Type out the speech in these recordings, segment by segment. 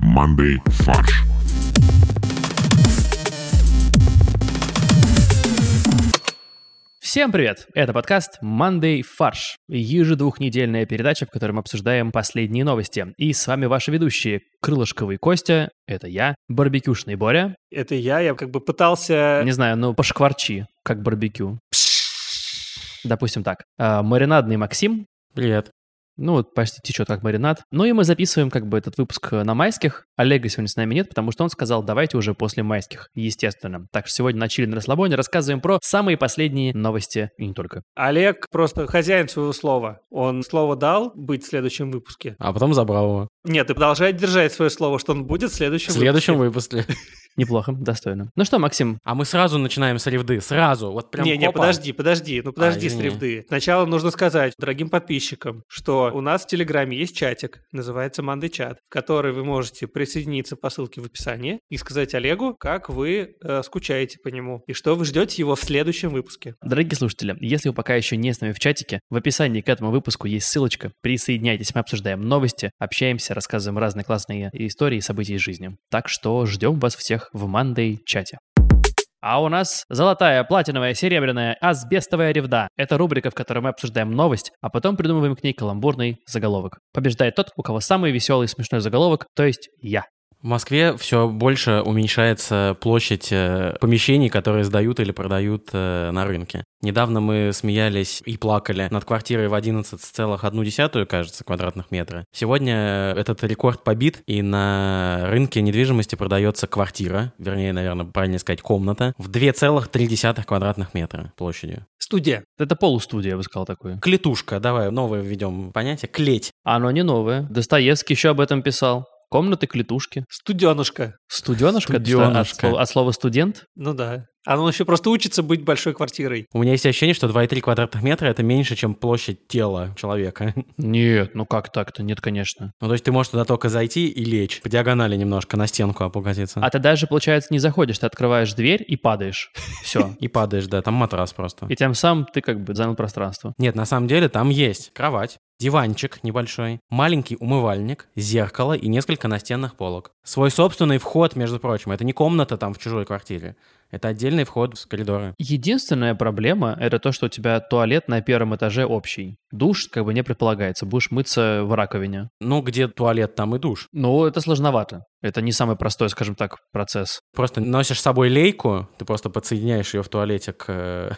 командой «Фарш». Всем привет! Это подкаст Monday Фарш, ежедвухнедельная передача, в которой мы обсуждаем последние новости. И с вами ваши ведущие Крылышковый Костя, это я, Барбекюшный Боря, Это я, я как бы пытался... не знаю, ну пошкварчи, как барбекю. Допустим так. А, Маринадный Максим, Привет. ну вот почти течет как маринад. Ну и мы записываем как бы этот выпуск на майских. Олега сегодня с нами нет, потому что он сказал, давайте уже после майских, естественно. Так что сегодня на чили на расслабоне рассказываем про самые последние новости, и не только. Олег просто хозяин своего слова. Он слово дал быть в следующем выпуске. А потом забрал его. Нет, и продолжает держать свое слово, что он будет в следующем В следующем выпуске. выпуске. Неплохо, достойно. Ну что, Максим, А мы сразу начинаем с ревды. Сразу. Вот прям не, не, копа. подожди, подожди, ну подожди, с извини. сревды. Сначала нужно сказать дорогим подписчикам, что у нас в Телеграме есть чатик, называется Манды Чат, в который вы можете присоединиться по ссылке в описании и сказать Олегу, как вы э, скучаете по нему и что вы ждете его в следующем выпуске. Дорогие слушатели, если вы пока еще не с нами в чатике, в описании к этому выпуску есть ссылочка. Присоединяйтесь, мы обсуждаем новости, общаемся, рассказываем разные классные истории и события из жизни. Так что ждем вас всех в Мандей чате. А у нас золотая, платиновая, серебряная, асбестовая ревда. Это рубрика, в которой мы обсуждаем новость, а потом придумываем к ней каламбурный заголовок. Побеждает тот, у кого самый веселый и смешной заголовок, то есть я. В Москве все больше уменьшается площадь э, помещений, которые сдают или продают э, на рынке. Недавно мы смеялись и плакали над квартирой в 11,1, кажется, квадратных метра. Сегодня э, этот рекорд побит, и на рынке недвижимости продается квартира, вернее, наверное, правильно сказать, комната, в 2,3 квадратных метра площадью. Студия. Это полустудия, я бы сказал такое. Клетушка, давай новое введем понятие, клеть. А Оно не новое. Достоевский еще об этом писал. Комнаты клетушки. Студенушка. Студенышка? Это что, От, Студёнышко. слова, от слова студент? Ну да. А он еще просто учится быть большой квартирой. У меня есть ощущение, что 2,3 квадратных метра — это меньше, чем площадь тела человека. Нет, ну как так-то? Нет, конечно. Ну, то есть ты можешь туда только зайти и лечь по диагонали немножко, на стенку опугатиться. А ты даже, получается, не заходишь, ты открываешь дверь и падаешь. Все. И падаешь, да, там матрас просто. И тем самым ты как бы занял пространство. Нет, на самом деле там есть кровать, диванчик небольшой, маленький умывальник, зеркало и несколько настенных полок. Свой собственный вход, между прочим. Это не комната там в чужой квартире. Это отдельный вход с коридора. Единственная проблема — это то, что у тебя туалет на первом этаже общий. Душ как бы не предполагается, будешь мыться в раковине. Ну, где туалет, там и душ. Ну, это сложновато. Это не самый простой, скажем так, процесс. Просто носишь с собой лейку, ты просто подсоединяешь ее в туалете к, э,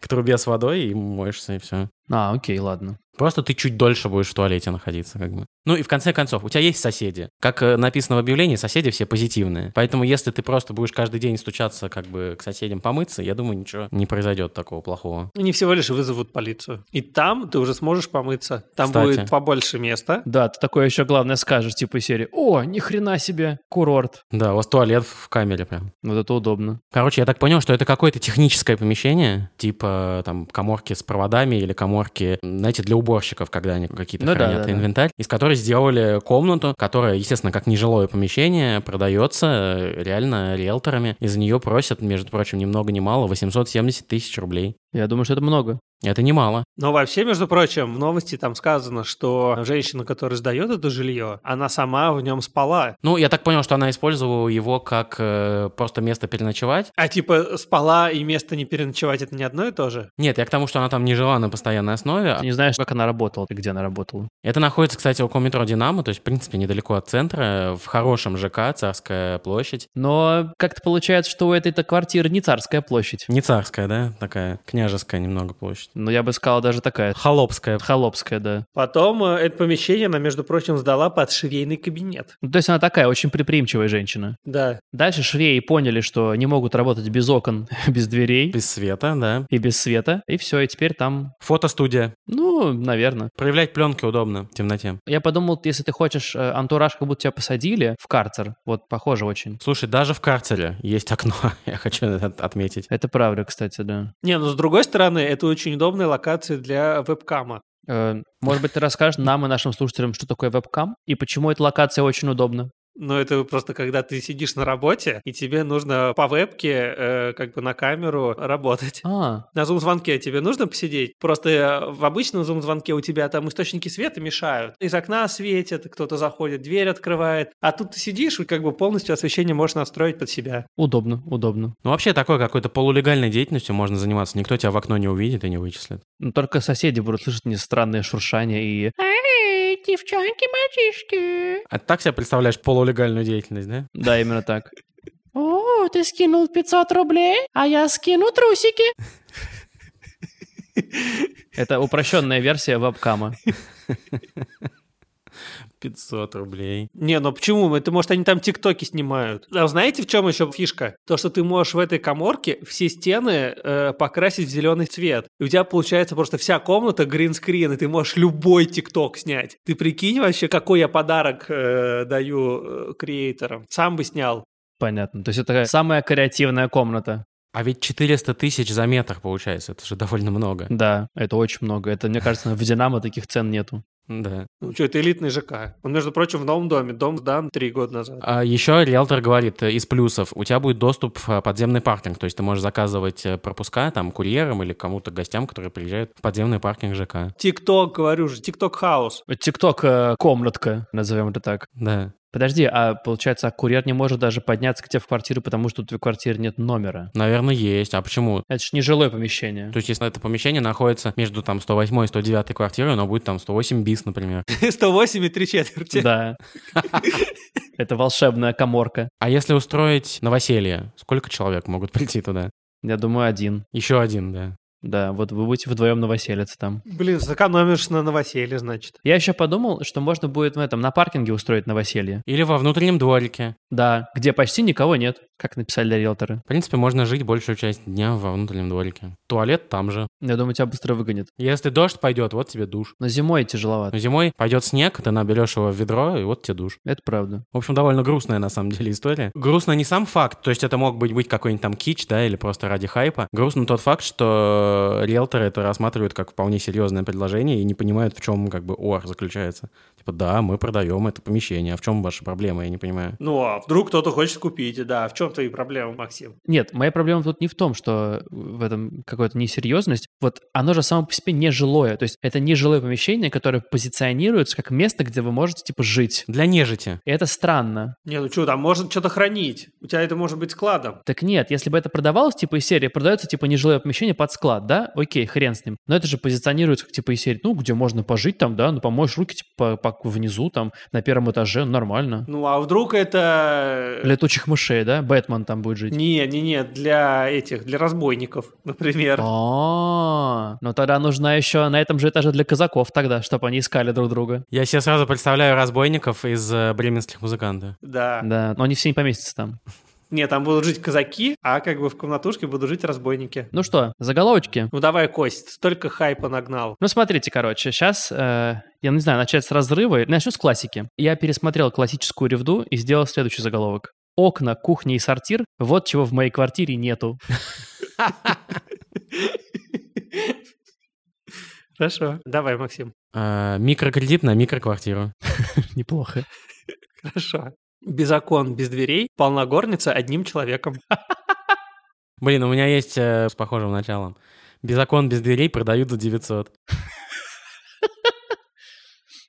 к трубе с водой и моешься, и все. А, окей, ладно. Просто ты чуть дольше будешь в туалете находиться, как бы. Ну и в конце концов, у тебя есть соседи. Как э, написано в объявлении, соседи все позитивные. Поэтому если ты просто будешь каждый день стучаться как бы к соседям помыться, я думаю, ничего не произойдет такого плохого. Они всего лишь вызовут полицию. И там ты уже сможешь помыться. Там Кстати. будет побольше места. Да, ты такое еще главное скажешь, типа из серии «О, ни хрена себе, курорт». Да, у вас туалет в камере прям. Вот это удобно. Короче, я так понял, что это какое-то техническое помещение, типа там коморки с проводами или коморки, знаете, для уборщиков, когда они какие-то Ну да, хранят да, да. инвентарь, из которой сделали комнату, которая, естественно, как нежилое помещение, продается э, реально риэлторами. Из нее просят, между прочим, ни много ни мало, 870 тысяч рублей. Я думаю, что это много. Это немало. Но вообще, между прочим, в новости там сказано, что женщина, которая сдает это жилье, она сама в нем спала. Ну, я так понял, что она использовала его как э, просто место переночевать. А типа спала и место не переночевать это не одно и то же? Нет, я к тому, что она там не жила на постоянной основе. Ты не знаешь, как она работала и где она работала. Это находится, кстати, около метро «Динамо», то есть, в принципе, недалеко от центра, в хорошем ЖК «Царская площадь». Но как-то получается, что у этой-то квартиры не царская площадь. Не царская, да? Такая княжеская немного площадь. Но я бы сказал, даже такая Холопская. холопская, да. Потом э, это помещение она, между прочим, сдала под швейный кабинет. Ну, то есть она такая очень приприимчивая женщина. Да. Дальше швеи поняли, что не могут работать без окон, без дверей Без света, да. и без света. И все, и теперь там, Фотостудия. ну, наверное. Проявлять пленки удобно в темноте. Я подумал, если ты хочешь э, антураж, как будто тебя посадили в карцер, вот похоже очень. Слушай, даже в карцере есть окно, я хочу это от- отметить. Это правда, кстати, да. Не, ну с другой стороны, это очень удобная локация для вебкама. Э, Может быть, ты расскажешь нам и нашим слушателям, что такое вебкам и почему эта локация очень удобна. Но это просто когда ты сидишь на работе, и тебе нужно по вебке, э, как бы на камеру работать. А, На зум-звонке тебе нужно посидеть? Просто э, в обычном зум-звонке у тебя там источники света мешают. Из окна светит, кто-то заходит, дверь открывает. А тут ты сидишь, и как бы полностью освещение можешь настроить под себя. удобно, удобно. Ну, вообще, такой какой-то полулегальной деятельностью можно заниматься. Никто тебя в окно не увидит и не вычислит. Но Ну, только соседи будут слышать мне странное шуршание и... Эй, девчонки, мальчишки. А ты так себе представляешь полулегальную деятельность, да? Да, именно так. О, ты скинул 500 рублей, а я скину трусики. Это упрощенная версия вебкама. 500 рублей. Не, ну почему? Это, может, они там тиктоки снимают. А знаете, в чем еще фишка? То, что ты можешь в этой коморке все стены э, покрасить в зеленый цвет. И у тебя получается просто вся комната гринскрин, и ты можешь любой тикток снять. Ты прикинь вообще, какой я подарок э, даю э, креаторам. Сам бы снял. Понятно. То есть это самая креативная комната. А ведь 400 тысяч за метр получается. Это же довольно много. Да, это очень много. Это, мне кажется, в Динамо таких цен нету. Да. Ну что, это элитный ЖК. Он, между прочим, в новом доме. Дом сдан три года назад. А еще риэлтор говорит, э, из плюсов, у тебя будет доступ в э, подземный паркинг, то есть ты можешь заказывать э, пропуска там курьерам или кому-то гостям, которые приезжают в подземный паркинг ЖК. Тикток, говорю же, тикток хаус. Тикток-комнатка, э, назовем это так. Да. Подожди, а получается, а курьер не может даже подняться к тебе в квартиру, потому что у твоей квартиры нет номера. Наверное, есть. А почему? Это же нежилое помещение. То есть, если это помещение находится между там 108 и 109 квартирой, оно будет там 108 бис, например. 108 и три четверти. Да. Это волшебная коморка. А если устроить новоселье, сколько человек могут прийти туда? Я думаю, один. Еще один, да. Да, вот вы будете вдвоем новоселиться там. Блин, сэкономишь на новоселье, значит. Я еще подумал, что можно будет в этом на паркинге устроить новоселье. Или во внутреннем дворике. Да, где почти никого нет, как написали риэлторы. В принципе, можно жить большую часть дня во внутреннем дворике. Туалет там же. Я думаю, тебя быстро выгонят. Если дождь пойдет, вот тебе душ. Но зимой тяжеловато. Но Ну, зимой пойдет снег, ты наберешь его в ведро, и вот тебе душ. Это правда. В общем, довольно грустная на самом деле история. Грустно не сам факт, то есть это мог быть, быть какой-нибудь там кич, да, или просто ради хайпа. Грустно тот факт, что риэлторы это рассматривают как вполне серьезное предложение и не понимают, в чем как бы ор заключается. Типа, да, мы продаем это помещение, а в чем ваша проблема, я не понимаю. Ну, а вдруг кто-то хочет купить, да. В чем твои проблемы, Максим? Нет, моя проблема тут не в том, что в этом какая-то несерьезность. Вот оно же само по себе нежилое. То есть это нежилое помещение, которое позиционируется как место, где вы можете, типа, жить. Для нежити. И это странно. Не, ну что, там можно что-то хранить. У тебя это может быть складом. Так нет, если бы это продавалось, типа, из серии, продается, типа, нежилое помещение под склад, да? Окей, хрен с ним. Но это же позиционируется, как, типа, из серии, ну, где можно пожить там, да? Ну, помоешь руки, типа, по- по- внизу, там, на первом этаже, нормально. Ну, а вдруг это... Летучих мышей, да? Бэтмен там будет жить. Не, не, не, для этих, для разбойников, например. А, ну тогда нужна еще на этом же этаже для казаков тогда, чтобы они искали друг друга. Я себе сразу представляю разбойников из э, бременских музыкантов. Да. Да, но они все не поместятся там. Не, там будут жить казаки, а как бы в комнатушке будут жить разбойники. Ну что, заголовочки? Ну давай, Кость, столько хайпа нагнал. Ну смотрите, короче, сейчас, я не знаю, начать с разрыва. Начну с классики. Я пересмотрел классическую ревду и сделал следующий заголовок. Окна, кухни и сортир — вот чего в моей квартире нету. Хорошо. Давай, Максим. Э, Микрокредит на микроквартиру. Неплохо. Хорошо. Без окон, без дверей, полногорница одним человеком. Блин, у меня есть э, с похожим началом. Без окон, без дверей продают за 900.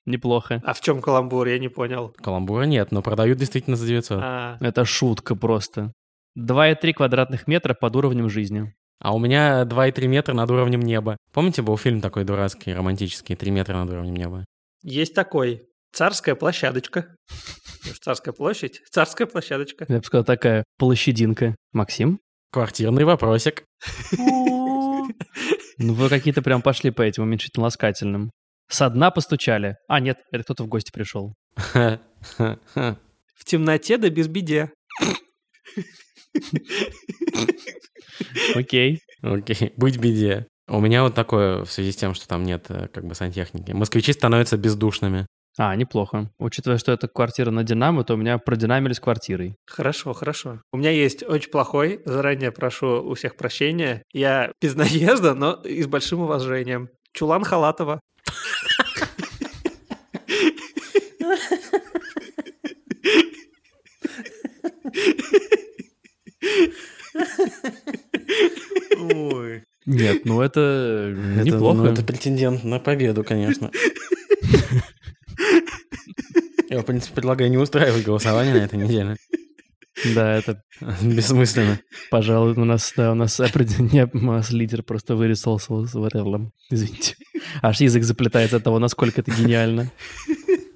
Неплохо. А в чем каламбур, я не понял. Каламбура нет, но продают действительно за 900. А, Это шутка просто. 2,3 квадратных метра под уровнем жизни. А у меня 2,3 метра над уровнем неба. Помните, был фильм такой дурацкий, романтический, 3 метра над уровнем неба? Есть такой. Царская площадочка. Потому что Царская площадь. Царская площадочка. Я бы сказал, такая площадинка. Максим? Квартирный вопросик. Ну, вы какие-то прям пошли по этим уменьшительно ласкательным. Со дна постучали. А, нет, это кто-то в гости пришел. Блин, В темноте да без беде. Окей. Окей, будь в беде. У меня вот такое в связи с тем, что там нет э, как бы сантехники. Москвичи становятся бездушными. А, неплохо. Учитывая, что это квартира на Динамо, то у меня продинамили с квартирой. Хорошо, хорошо. У меня есть очень плохой, заранее прошу у всех прощения. Я без наезда, но и с большим уважением. Чулан Халатова. ну это Это, ну, неплохо. это претендент на победу, конечно. Я, в принципе, предлагаю не устраивать голосование на этой неделе. Да, это, Бессмысленно. пожалуй, у нас, да, у нас определенный у нас лидер просто вырисовался с Вареллом. Извините. Аж язык заплетается от того, насколько это гениально.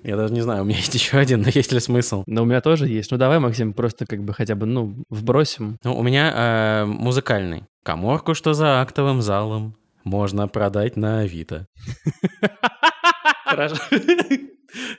Я даже не знаю, у меня есть еще один, но есть ли смысл? Но у меня тоже есть. Ну давай, Максим, просто как бы хотя бы, ну, вбросим. Ну, у меня э, музыкальный. Коморку, что за актовым залом, можно продать на Авито. Хорошо.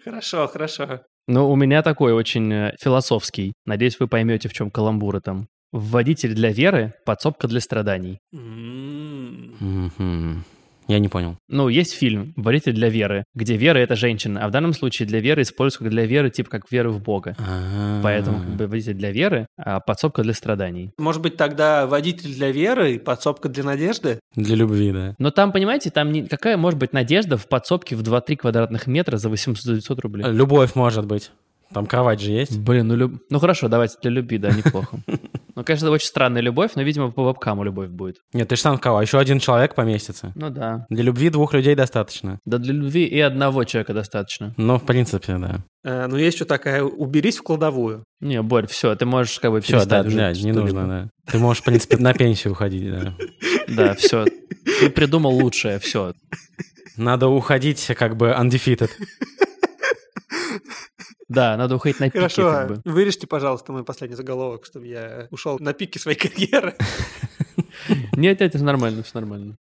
Хорошо, хорошо. Ну, у меня такой очень э, философский. Надеюсь, вы поймете, в чем каламбуры там. Вводитель для веры, подсобка для страданий. М. Мгм. Я не понял. Ну, есть фильм «Варитель для веры», где вера — это женщина, а в данном случае для веры используется как для веры, типа как веры в Бога. А. Поэтому как бы водитель для веры, а подсобка для страданий. Может быть, тогда водитель для веры и подсобка для надежды? Для любви, да. Но там, понимаете, там не... какая может быть надежда в подсобке в 2-3 квадратных метра за 800-900 рублей? Любовь может быть. Там кровать же есть. Блин, ну, люб- ну хорошо, давайте для любви, да, неплохо. Ну, конечно, это очень странная любовь, но, видимо, по вебкаму любовь будет. Нет, ты же сам сказал, еще один человек поместится. Ну да. Для любви двух людей достаточно. Да для любви и одного человека достаточно. Ну, в принципе, да. Э, Ну, есть еще такая, уберись в кладовую. Не, Борь, все, ты можешь как бы Все, да, перестать уже да, не что-либо. нужно, да. Ты можешь, в принципе, на пенсию уходить, да. Да, все. Ты придумал лучшее, все. Надо уходить как бы undefeated. Да, надо уходить на пике как бы. Хорошо, а вырежьте, пожалуйста, мой последний заголовок, чтобы я ушел на пике своей карьеры. Нет, нет, это нормально, все нормально.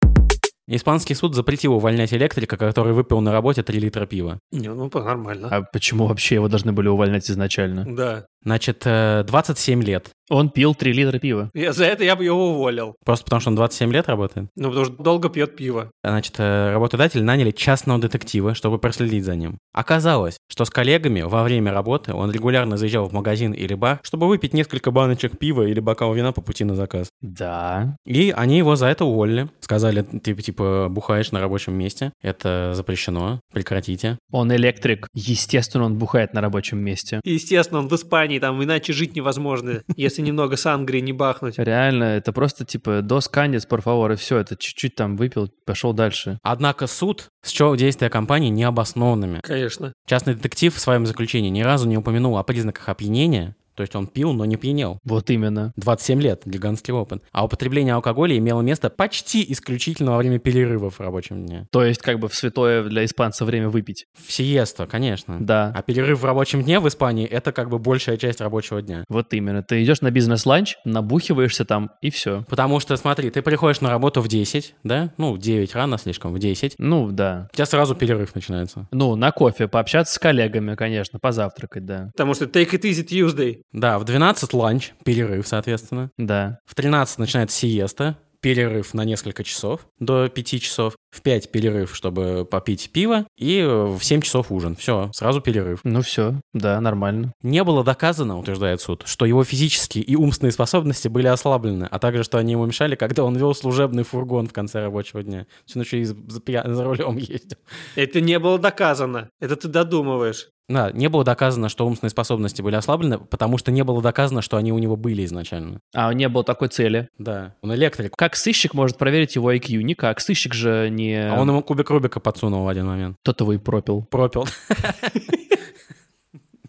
Испанский суд запретил увольнять электрика, который выпил на работе 3 литра пива. Не, ну, нормально. А почему вообще его должны были увольнять изначально? Да. Значит, э, 27 лет. Он пил 3 литра пива. Я, за это я бы его уволил. Просто потому, что он 27 лет работает. Ну, потому что долго пьет пиво. Значит, э, работодатель наняли частного детектива, чтобы проследить за ним. Оказалось, что с коллегами во время работы он регулярно заезжал в магазин или бар, чтобы выпить несколько баночек пива или бокал вина по пути на заказ. Да. И они его за это уволили. Сказали, ты типа бухаешь на рабочем месте, это запрещено, прекратите. Он электрик. Естественно, он бухает на рабочем месте. И, естественно, он в Испании, там иначе жить невозможно, если немного сангри не бахнуть. Реально, это просто типа дос кандис, por favor, и все. Это чуть-чуть там выпил, пошел дальше. Однако суд счел действия компании необоснованными. Конечно. Частный детектив в своем заключении ни разу не упомянул о признаках опьянения, то есть он пил, но не пьянел. Вот именно. 27 лет, гигантский опыт. А употребление алкоголя имело место почти исключительно во время перерывов в рабочем дне. То есть, как бы в святое для испанца время выпить. В сиесту, конечно. Да. А перерыв в рабочем дне в Испании — это как бы большая часть рабочего дня. Вот именно. Ты идешь на бизнес-ланч, набухиваешься там, и все. Потому что, смотри, ты приходишь на работу в 10, да? Ну, 9 рано слишком, в 10. Ну, да. У тебя сразу перерыв начинается. Ну, на кофе, пообщаться с коллегами, конечно, позавтракать, да. Потому что take it easy Tuesday. Да, в 12 ланч, перерыв, соответственно. Да. В 13 начинается сиеста, перерыв на несколько часов, до 5 часов. В 5 перерыв, чтобы попить пиво. И э, в 7 часов ужин. Все, сразу перерыв. Ну все, да, нормально. Не было доказано, утверждает суд, что его физические и умственные способности были ослаблены, а также, что они ему мешали, когда он вел служебный фургон в конце рабочего дня. То есть он еще и за, за пья- за рулем ездил. Это не было доказано. Это ты додумываешь. Да, не было доказано, что умственные способности были ослаблены, потому что не было доказано, что они у него были изначально. А не было такой цели. Да, он электрик. Как сыщик может проверить его IQ? Никак. Сыщик же не... А он ему кубик Рубика подсунул в один момент. Тот его и пропил. Пропил.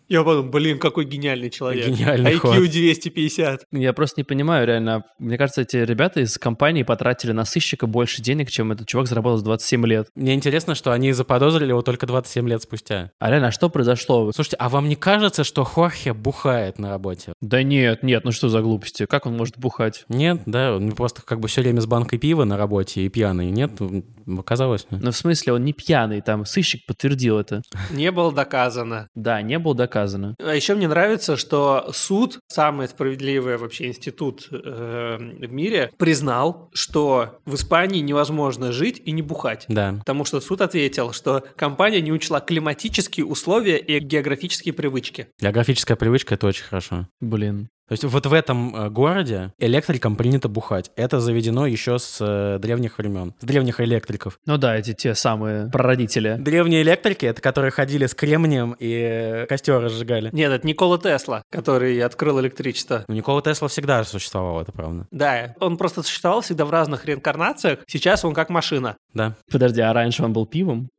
Я подумал, блин, какой гениальный человек. А Гениальный IQ ход. 250. Я просто не понимаю, реально. Мне кажется, эти ребята из компании потратили на сыщика больше денег, чем этот чувак заработал за 27 лет. Мне интересно, что они заподозрили его только 27 лет спустя. А реально, а что произошло? Слушайте, а вам не кажется, что Хорхе бухает на работе? Да нет, нет, ну что за глупости? Как он может бухать? Нет, да, он просто как бы все время с банкой пива на работе и пьяный. Нет, м, оказалось. нет. Ну, в смысле, он не пьяный, там сыщик подтвердил это. Не было доказано. Да, не было доказано. А еще мне нравится, что суд, самый справедливый вообще институт э, в мире, признал, что в Испании невозможно жить и не бухать. Да. Потому что суд ответил, что компания не учла климатические условия и географические привычки. Географическая привычка — это очень хорошо. Блин. То есть вот в этом э, городе электрикам принято бухать. Это заведено еще с э, древних времен, с древних электриков. Ну да, эти те самые прародители. Древние электрики — это которые ходили с кремнием и э, костер разжигали. Нет, это Никола Тесла, который открыл электричество. Ну, Никола Тесла всегда существовал, это правда. Да, он просто существовал всегда в разных реинкарнациях. Сейчас он как машина. Да. Подожди, а раньше он был пивом?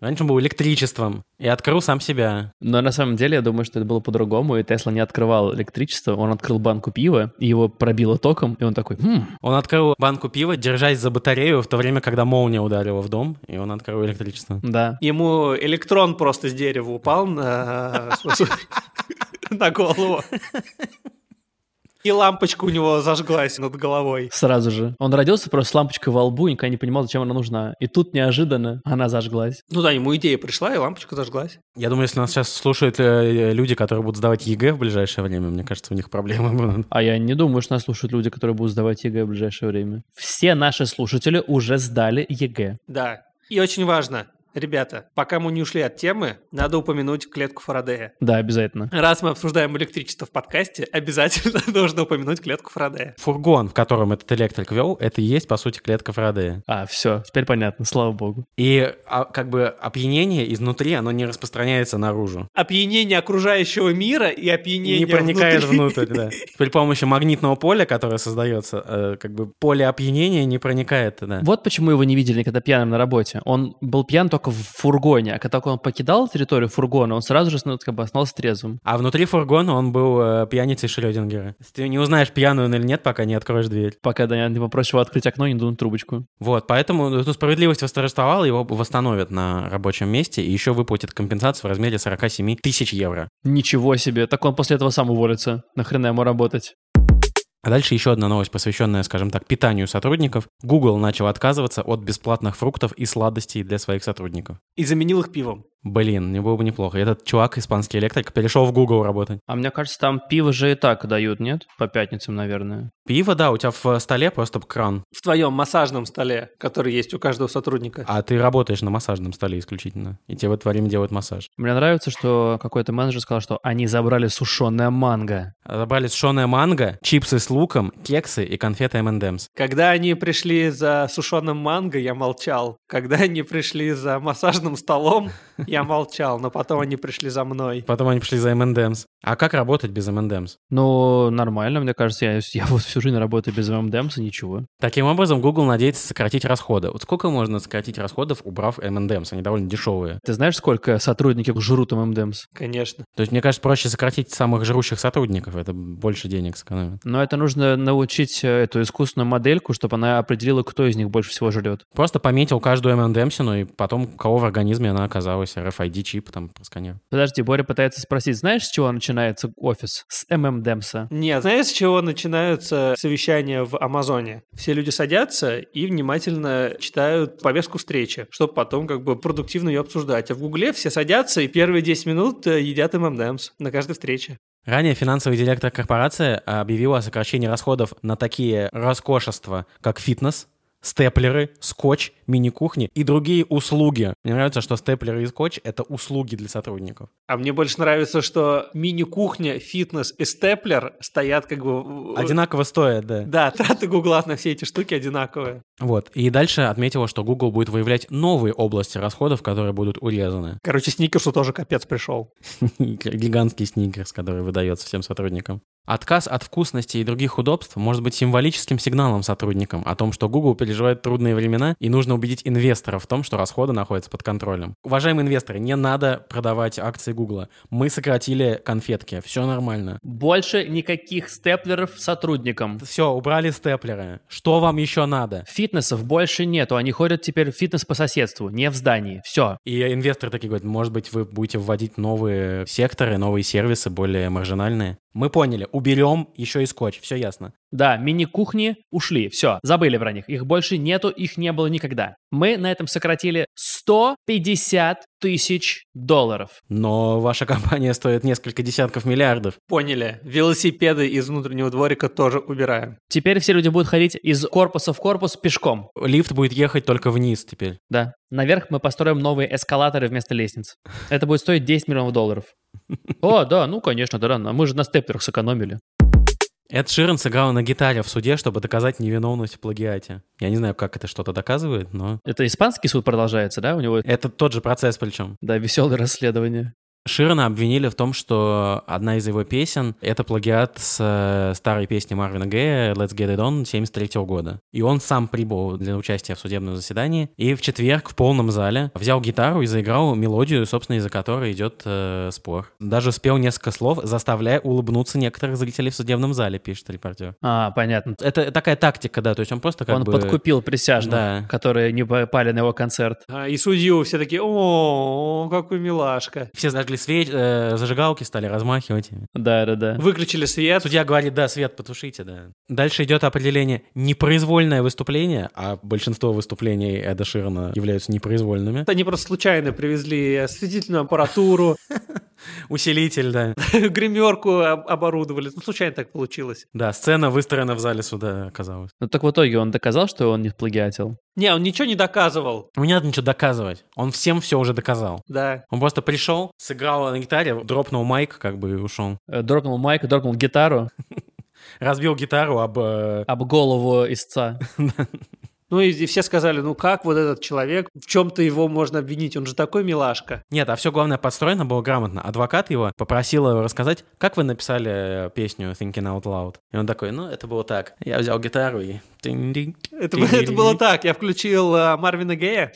Раньше он был электричеством и открыл сам себя. Но на самом деле, я думаю, что это было по-другому, и Тесла не открывал электричество, он открыл банку пива, и его пробило током, и он такой, «Хм, Он открыл банку пива, держась за батарею в то время, когда молния ударила в дом, и он открыл электричество. да, Ему электрон просто с дерева упал на, э, на голову. И лампочка у него зажглась над головой. сразу же. Он родился просто с лампочкой во лбу, и никогда не понимал, зачем она нужна. И тут неожиданно она зажглась. Ну да, ему идея пришла, и лампочка зажглась. Я думаю, если нас сейчас слушают э, люди, которые будут сдавать ЕГЭ в ближайшее время, мне кажется, у них проблемы будут. А я не думаю, что нас слушают люди, которые будут сдавать ЕГЭ в ближайшее время. Все наши слушатели уже сдали ЕГЭ. Да. И очень важно, ребята, пока мы не ушли от темы, надо упомянуть клетку Фарадея. Да, обязательно. Раз мы обсуждаем электричество в подкасте, обязательно нужно упомянуть клетку Фарадея. Фургон, в котором этот электрик вел, это и есть, по сути, клетка Фарадея. А, все, теперь понятно, слава богу. И а, как бы опьянение изнутри, оно не распространяется наружу. Опьянение окружающего мира и Не, опьянение проникает внутри. внутрь, да. При помощи магнитного поля, которое создается, э, как бы поле опьянения не проникает туда. Вот почему его не видели никогда пьяным на работе. Он был пьян только в фургоне, а как только он покидал территорию фургона, он сразу же снова как бы остался трезвым. А внутри фургона он был э, пьяницей Шрёдингера. Ты не узнаешь, пьяный он или нет, пока не откроешь дверь. Пока Даня не попросит его открыть окно и не дунуть трубочку. Вот, поэтому ну, справедливость восторжествовала, его восстановят на рабочем месте и еще выплатят компенсацию в размере 47 тысяч евро. Ничего себе, так он после этого сам уволится. Нахрена ему работать? А дальше еще одна новость, посвященная, скажем так, питанию сотрудников. Google начал отказываться от бесплатных фруктов и сладостей для своих сотрудников. И заменил их пивом. Блин, не было бы неплохо. Этот чувак, испанский электрик, перешел в Google работать. А мне кажется, там пиво же и так дают, нет? По пятницам, наверное. Пиво, да, у тебя в э, столе просто кран, В твоем массажном столе, который есть у каждого сотрудника. а ты работаешь на массажном столе исключительно. И тебе в это время делают массаж. Мне нравится, что какой-то менеджер сказал, что они забрали сушеное манго. Забрали сушеное манго, чипсы с луком, кексы и конфеты M&M's. Когда они пришли за сушеным манго, я молчал. Когда они пришли за массажным столом, я молчал. Но потом они пришли за мной. Потом они пришли за M&M's. А как работать без M&M's? Ну, нормально, мне кажется, я, я вот всю жизнь работаю без ММДМС и ничего. Таким образом, Google надеется сократить расходы. Вот сколько можно сократить расходов, убрав M&M's? Они довольно дешевые. Ты знаешь, сколько сотрудники жрут ММ ММДМС? Конечно. То есть, мне кажется, проще сократить самых жрущих сотрудников. Это больше денег сэкономит. Но это нужно научить э, эту искусственную модельку, чтобы она определила, кто из них больше всего жрет. Просто пометил каждую M&M'сину и потом, у кого в организме она оказалась. RFID-чип там просканировал. Подожди, Боря пытается спросить, знаешь, с чего начинается офис? С ММДМСа. Нет, знаешь, с чего начинаются совещания в Амазоне? Все люди садятся и внимательно читают повестку встречи, чтобы потом как бы продуктивно ее обсуждать. А в Гугле все садятся и первые 10 минут э, едят ММДМС на каждой встрече. Ранее финансовый директор корпорации объявила о сокращении расходов на такие роскошества, как фитнес, степлеры, скотч, мини-кухни и другие услуги. Мне нравится, что степлеры и скотч — это услуги для сотрудников. А мне больше нравится, что мини-кухня, фитнес и степлер стоят как бы... в- Одинаково стоят, да. Да, траты Гугла на все эти штуки одинаковые. Вот. И дальше отметила, что Google будет выявлять новые области расходов, которые будут урезаны. Короче, сникерсу тоже капец пришел. Гигантский сникерс, который выдается всем сотрудникам. Отказ от вкусности и других удобств может быть символическим сигналом сотрудникам о том, что Google переживает трудные времена и нужно убедить инвесторов в том, что расходы находятся под контролем. Уважаемые инвесторы, не надо продавать акции Google. Мы сократили конфетки, все нормально. Больше никаких степлеров сотрудникам. Все, убрали степлеры. Что вам еще надо? Фитнесов больше нету, они ходят теперь в фитнес по соседству, не в здании. Все. И инвесторы такие говорят, может быть, вы будете вводить новые секторы, новые сервисы, более маржинальные. Мы поняли, уберем еще и скотч, все ясно. Да, мини-кухни ушли, все, забыли про них. Их больше нету, их не было никогда. Мы на этом сократили 150 тысяч долларов. Но ваша компания стоит несколько десятков миллиардов. Поняли. Велосипеды из внутреннего дворика тоже убираем. Теперь все люди будут ходить из корпуса в корпус пешком. Лифт будет ехать только вниз теперь. Да. Наверх мы построим новые эскалаторы вместо лестниц. Это будет стоить 10 миллионов долларов. О, да, ну, конечно, да, да, мы же на стептерах сэкономили. Эд Ширен сыграл на гитаре в суде, чтобы доказать невиновность в плагиате. Я не знаю, как это что-то доказывает, но... Это испанский суд продолжается, да, у него? Это тот же процесс причем. Да, веселое расследование. Широна обвинили в том, что одна из его песен — это плагиат с э, старой песни Марвина Гея «Let's Get It On» 73 года. И он сам прибыл для участия в судебном заседании и в четверг в полном зале взял гитару и заиграл мелодию, собственно, из-за которой идет э, спор. Даже спел несколько слов, заставляя улыбнуться некоторых зрителей в судебном зале, пишет репортер. А, понятно. Это такая тактика, да, то есть он просто как Он бы... подкупил присяжных, Да. которые не попали на его концерт. А, И судью все такие, о, какой милашка. Все зажгли свечи, э, зажигалки стали размахивать ими. Да, да, да. Выключили свет. Судья говорит, да, свет потушите, да. Дальше идет определение непроизвольное выступление, а большинство выступлений Эда Ширана являются непроизвольными. Они просто случайно привезли осветительную аппаратуру, Усилитель, да. гримерку об- оборудовали. Ну, случайно так получилось. Да, сцена выстроена в зале суда, оказалось. Ну так в итоге он доказал, что он не плагиатил. Не, он ничего не доказывал. Ему не надо ничего доказывать. Он всем все уже доказал. Да. Он просто пришел, сыграл на гитаре, дропнул майк, как бы и ушел. Э, Дропнул майк, дропнул гитару Разбил гитару об... э, об голову истца. Ну и, и все сказали, ну как вот этот человек, в чем-то его можно обвинить, он же такой милашка. Нет, а все главное подстроено было грамотно. Адвокат его попросил его рассказать, как вы написали э, песню Thinking Out Loud. И он такой, ну, это было так. Я взял гитару и... тынь-дынь, Это, бы- это было так, я включил а, Марвина Гея,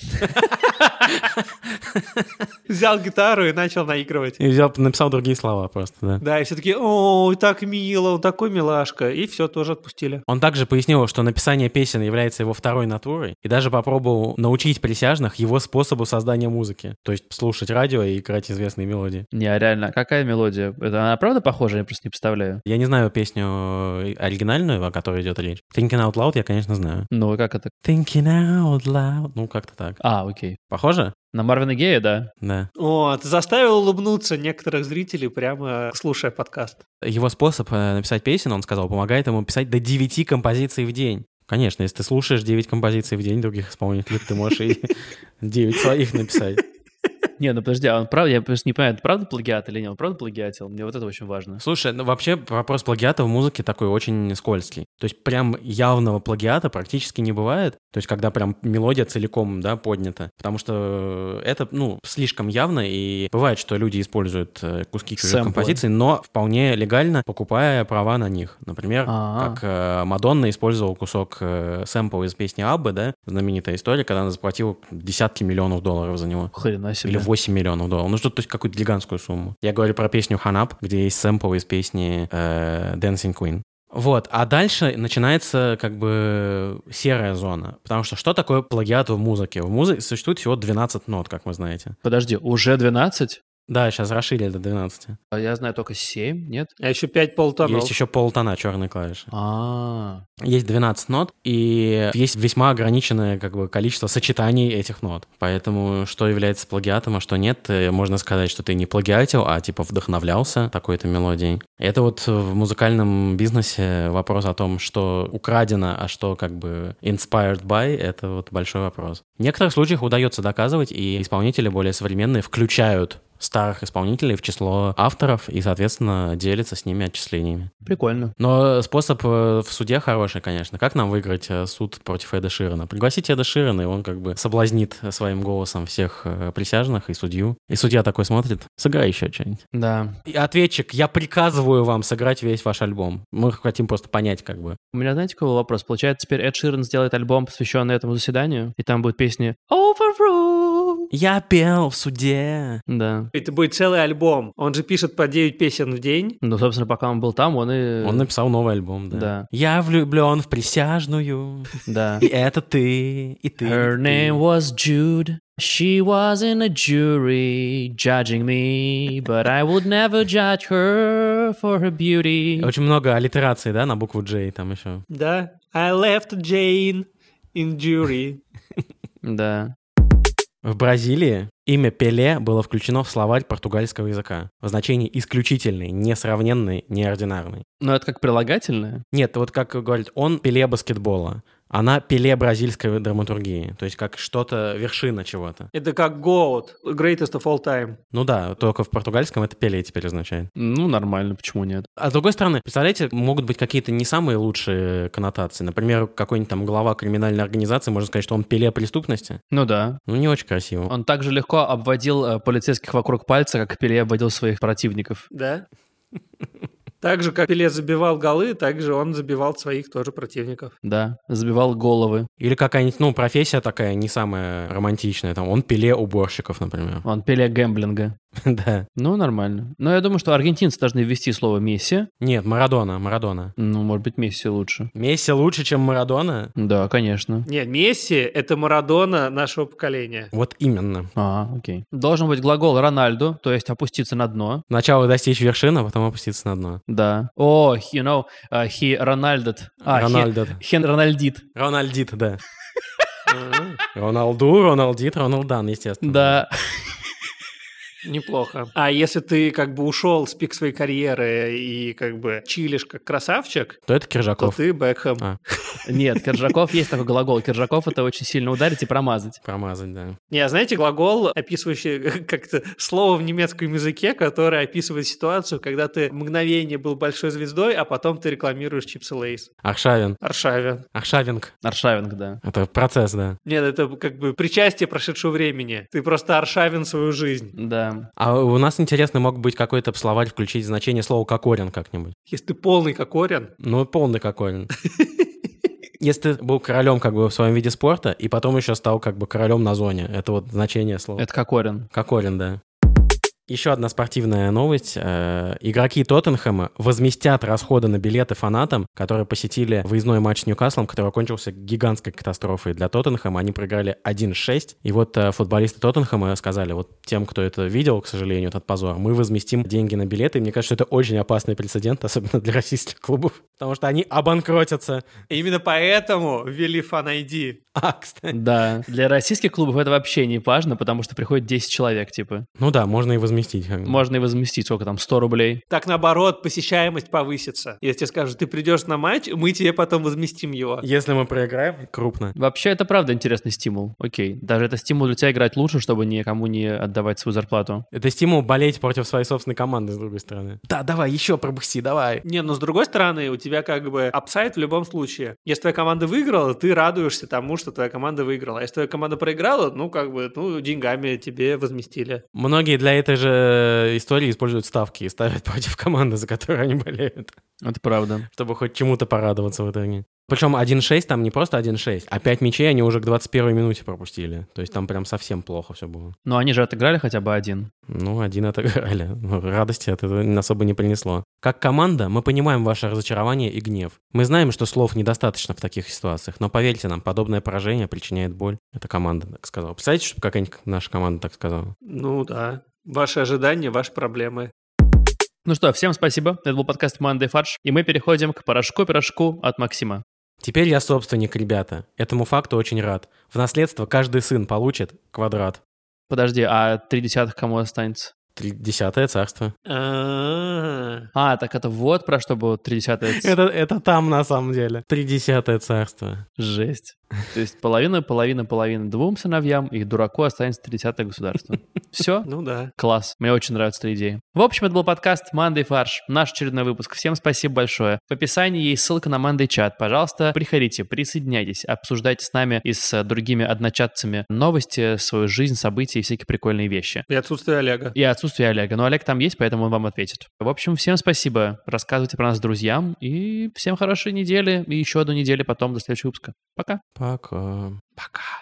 взял гитару и начал наигрывать. И взял, написал другие слова просто, да. Да, и все такие, о, так мило, он такой милашка. И все, тоже отпустили. Он также пояснил, что написание песен является его второй натурой, и даже попробовал научить присяжных его способу создания музыки, то есть слушать радио и играть известные мелодии. Не, а реально, какая мелодия? Это она правда похожа? Я просто не представляю. Я не знаю песню э, оригинальную, о которой идет речь. Thinking Out Loud я, конечно, знаю. Ну, как это? Thinking Out Loud. Ну, как-то так. А, окей. Похоже? На Марвина Гея, да? Да. О, ты заставил улыбнуться некоторых зрителей, прямо слушая подкаст. Его способ э, написать песен, он сказал, помогает ему писать до 9 композиций в день. Конечно, если ты слушаешь 9 композиций в день других исполнителей, ты можешь и 9 своих написать. Не, ну подожди, а он правда, я просто не понимаю, это правда плагиат или нет? Он правда плагиатил? Мне вот это очень важно. Слушай, ну вообще вопрос плагиата в музыке такой очень скользкий. То есть прям явного плагиата практически не бывает. То есть когда прям мелодия целиком, да, поднята. Потому что это, ну, слишком явно, и бывает, что люди используют э, куски чужих Сэмплы. композиций, но вполне легально, покупая права на них. Например, А. как э, Мадонна использовала кусок э, сэмпла из песни Аббы, да, знаменитая история, когда она заплатила десятки миллионов долларов за него. Хрена себе. Или 8 миллионов долларов. Ну, что-то, то есть какую-то гигантскую сумму. Я говорю про песню Ханап, где есть сэмпл из песни э, Dancing Queen. Вот, а дальше начинается как бы серая зона. Потому что что такое плагиат в музыке? В музыке существует всего 12 нот, как вы знаете. Подожди, уже 12? Да, сейчас расширили до 12. А я знаю только 7, нет? А еще пять полтонов. Есть еще полтона черной клавиши. А, Есть 12 нот, и есть весьма ограниченное как бы, количество сочетаний этих нот. Поэтому что является плагиатом, а что нет, э, можно сказать, что ты не плагиатил, а типа вдохновлялся такой-то мелодией. Это вот в музыкальном бизнесе вопрос о том, что украдено, а что как бы inspired by, это вот большой вопрос. В некоторых случаях удается доказывать, и исполнители более современные включают старых исполнителей в число авторов и, соответственно, делятся с ними отчислениями. прикольно. Но способ э, в суде хороший, конечно. Как нам выиграть э, суд против Эда Ширана? Пригласите Эда Ширана, и он как бы соблазнит своим голосом всех э, присяжных и судью. И судья такой смотрит, сыграй еще что-нибудь. Да. И ответчик, я приказываю вам сыграть весь ваш альбом. Мы хотим просто понять как бы. У меня, знаете, какой был вопрос? Получается, теперь Эд Ширен сделает альбом, посвященный этому заседанию, и там будут песни Overrule. Я пел в суде. Да. Это будет целый альбом. Он же пишет по 9 песен в день. Ну, собственно, пока он был там, он и... Он написал новый альбом, да. Да, Я влюблен в присяжную. да. И это ты, и ты. и Her ты. name was Jude. She was in a jury judging me, but I would never judge her for her beauty. Очень много аллитераций, да, на букву J там еще. Да. I left Jane in jury. Да. В Бразилии имя Пеле было включено в словарь португальского языка в значении исключительный, несравненный, неординарный. Но это как прилагательное? Нет, вот как говорит, он Пеле баскетбола. Она пеле бразильской драматургии, то есть как что-то, вершина чего-то. Это как Goat, greatest of all time. Ну да, только в португальском это пеле теперь означает. Ну, нормально, почему нет? А с другой стороны, представляете, могут быть какие-то не самые лучшие коннотации. Например, какой-нибудь там глава криминальной организации, можно сказать, что он пеле преступности. Ну да. Ну, не очень красиво. Он также легко обводил э, полицейских вокруг пальца, как Пеле обводил своих противников. Да. Так же, как Пеле забивал голы, так же он забивал своих тоже противников. Да, забивал головы. Или какая-нибудь, ну, профессия такая не самая романтичная, там, он пеле уборщиков, например. Он Пеле гэмблинга. Да. Ну, нормально. Но я думаю, что аргентинцы должны ввести слово «месси». Нет, Марадона, Марадона. Ну, может быть, «месси» лучше. Месси лучше, чем Марадона? Да, конечно. Не, Месси — это Марадона нашего поколения. Вот именно. А, окей. Должен быть глагол «рональду», то есть «опуститься на дно». Сначала достичь вершины, а потом опуститься на дно. Да. О, you know, uh, he рональдет. А, he- Рональдо. Хен рональдит. Рональдит, да. Мгм. Роналду, Роналдит, Роналдан, естественно. Да. Неплохо. А если ты как бы ушел с пик своей карьеры и как бы чилишь как красавчик, То это то Киржаков. ты Бекхэм. А. Нет, Кержаков есть такой глагол. Кержаков это очень сильно ударить и промазать. Промазать, да. Не, а знаете, глагол, описывающий как-то слово в немецком языке, которое описывает ситуацию, когда ты мгновение был большой звездой, а потом ты рекламируешь чипсы Лейс. Аршавин. Аршавин. Аршавинг. Аршавинг, да. Это процесс, да. Нет, ну это как бы причастие прошедшего времени. Ты просто Аршавин свою жизнь. Да. А у нас, интересно, мог быть какой-то словарь включить значение слова «кокорин» как-нибудь. Если ты полный кокорин, Ну, полный «кокорин». Если ты был королем как бы в своем виде спорта, и потом еще стал как бы королем на зоне. Это вот значение слова. Это Кокорин. Кокорин, да. Еще одна спортивная новость. Э, Игроки Тоттенхэма возместят расходы на билеты фанатам, которые посетили выездной матч с Ньюкаслом, который окончился гигантской катастрофой для Тоттенхэма. Они проиграли 1-6. И вот э, футболисты Тоттенхэма сказали вот тем, кто это видел, к сожалению, этот позор, мы возместим деньги на билеты. И мне кажется, что это очень опасный прецедент, особенно для российских клубов, потому что они обанкротятся. именно поэтому ввели фан ID. А, кстати. Да. Для российских клубов это вообще не важно, потому что приходит 10 человек, типа. Ну да, можно и возместить. как бы. Можно и возместить, сколько там, 100 рублей. Так наоборот, посещаемость повысится. Если тебе скажут, ты придешь на матч, мы тебе потом возместим его. Если мы проиграем, крупно. Вообще, это правда интересный стимул. Окей. Даже это стимул для тебя играть лучше, чтобы никому не отдавать свою зарплату. Это стимул болеть против своей собственной команды, с другой стороны. Да, давай, еще пробухси, давай. Не, но с другой стороны, у тебя как бы апсайд в любом случае. Если твоя команда выиграла, ты радуешься тому, что твоя команда выиграла. А если твоя команда проиграла, ну как бы, ну деньгами тебе возместили. Многие для этой же э, истории используют ставки и ставят против команды, за которую они болеют, Это правда. чтобы хоть чему-то порадоваться в итоге. Причем 1-6 там не просто 1-6, а 5 мячей они уже к 21 минуте пропустили. То есть там прям совсем плохо все было. Но они же отыграли хотя бы один. Ну, один отыграли. Ну, Радости от этого особо не принесло. Как команда, мы понимаем ваше разочарование и гнев. Мы знаем, что слов недостаточно в таких ситуациях, но поверьте нам, подобное поражение причиняет боль. Это команда так сказала. Представляете, чтобы какая-нибудь наша команда так сказала? Ну да. Ваши ожидания, ваши проблемы. Ну что, всем спасибо. Это был подкаст «Манды фарш». И мы переходим к порошку-пирожку от Максима. Теперь я собственник, ребята. Этому факту очень рад. В наследство каждый сын получит квадрат. Подожди, а три десятых кому останется? Три- Десятое царство. А-а-а. А, так это вот про что было три десятых. Это, это там на самом деле. Три десятое царство. Жесть. То есть половина, половина, половина двум сыновьям, и дураку останется 30 государство. Все? Ну да. Класс. Мне очень нравится эта идея. В общем, это был подкаст «Мандай фарш». Наш очередной выпуск. Всем спасибо большое. В описании есть ссылка на «Мандай чат». Пожалуйста, приходите, присоединяйтесь, обсуждайте с нами и с э, другими одночатцами новости, свою жизнь, события и всякие прикольные вещи. И отсутствие Олега. И отсутствие Олега. Но Олег там есть, поэтому он вам ответит. В общем, всем спасибо. Рассказывайте про нас друзьям. И всем хорошей недели. И еще одну неделю потом до следующего выпуска. Пока. Пока. Пока.